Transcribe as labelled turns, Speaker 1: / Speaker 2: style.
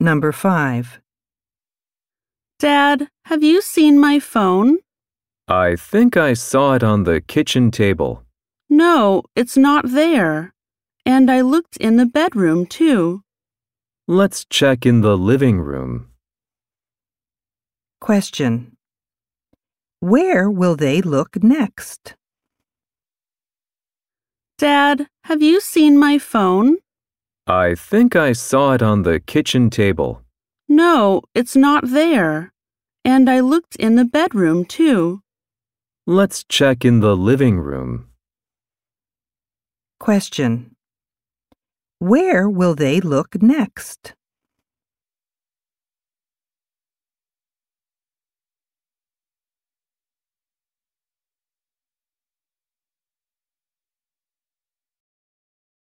Speaker 1: Number 5.
Speaker 2: Dad, have you seen my phone?
Speaker 3: I think I saw it on the kitchen table.
Speaker 2: No, it's not there. And I looked in the bedroom, too.
Speaker 3: Let's check in the living room.
Speaker 1: Question. Where will they look next?
Speaker 2: Dad, have you seen my phone?
Speaker 3: I think I saw it on the kitchen table.
Speaker 2: No, it's not there. And I looked in the bedroom, too.
Speaker 3: Let's check in the living room.
Speaker 1: Question. Where will they look next?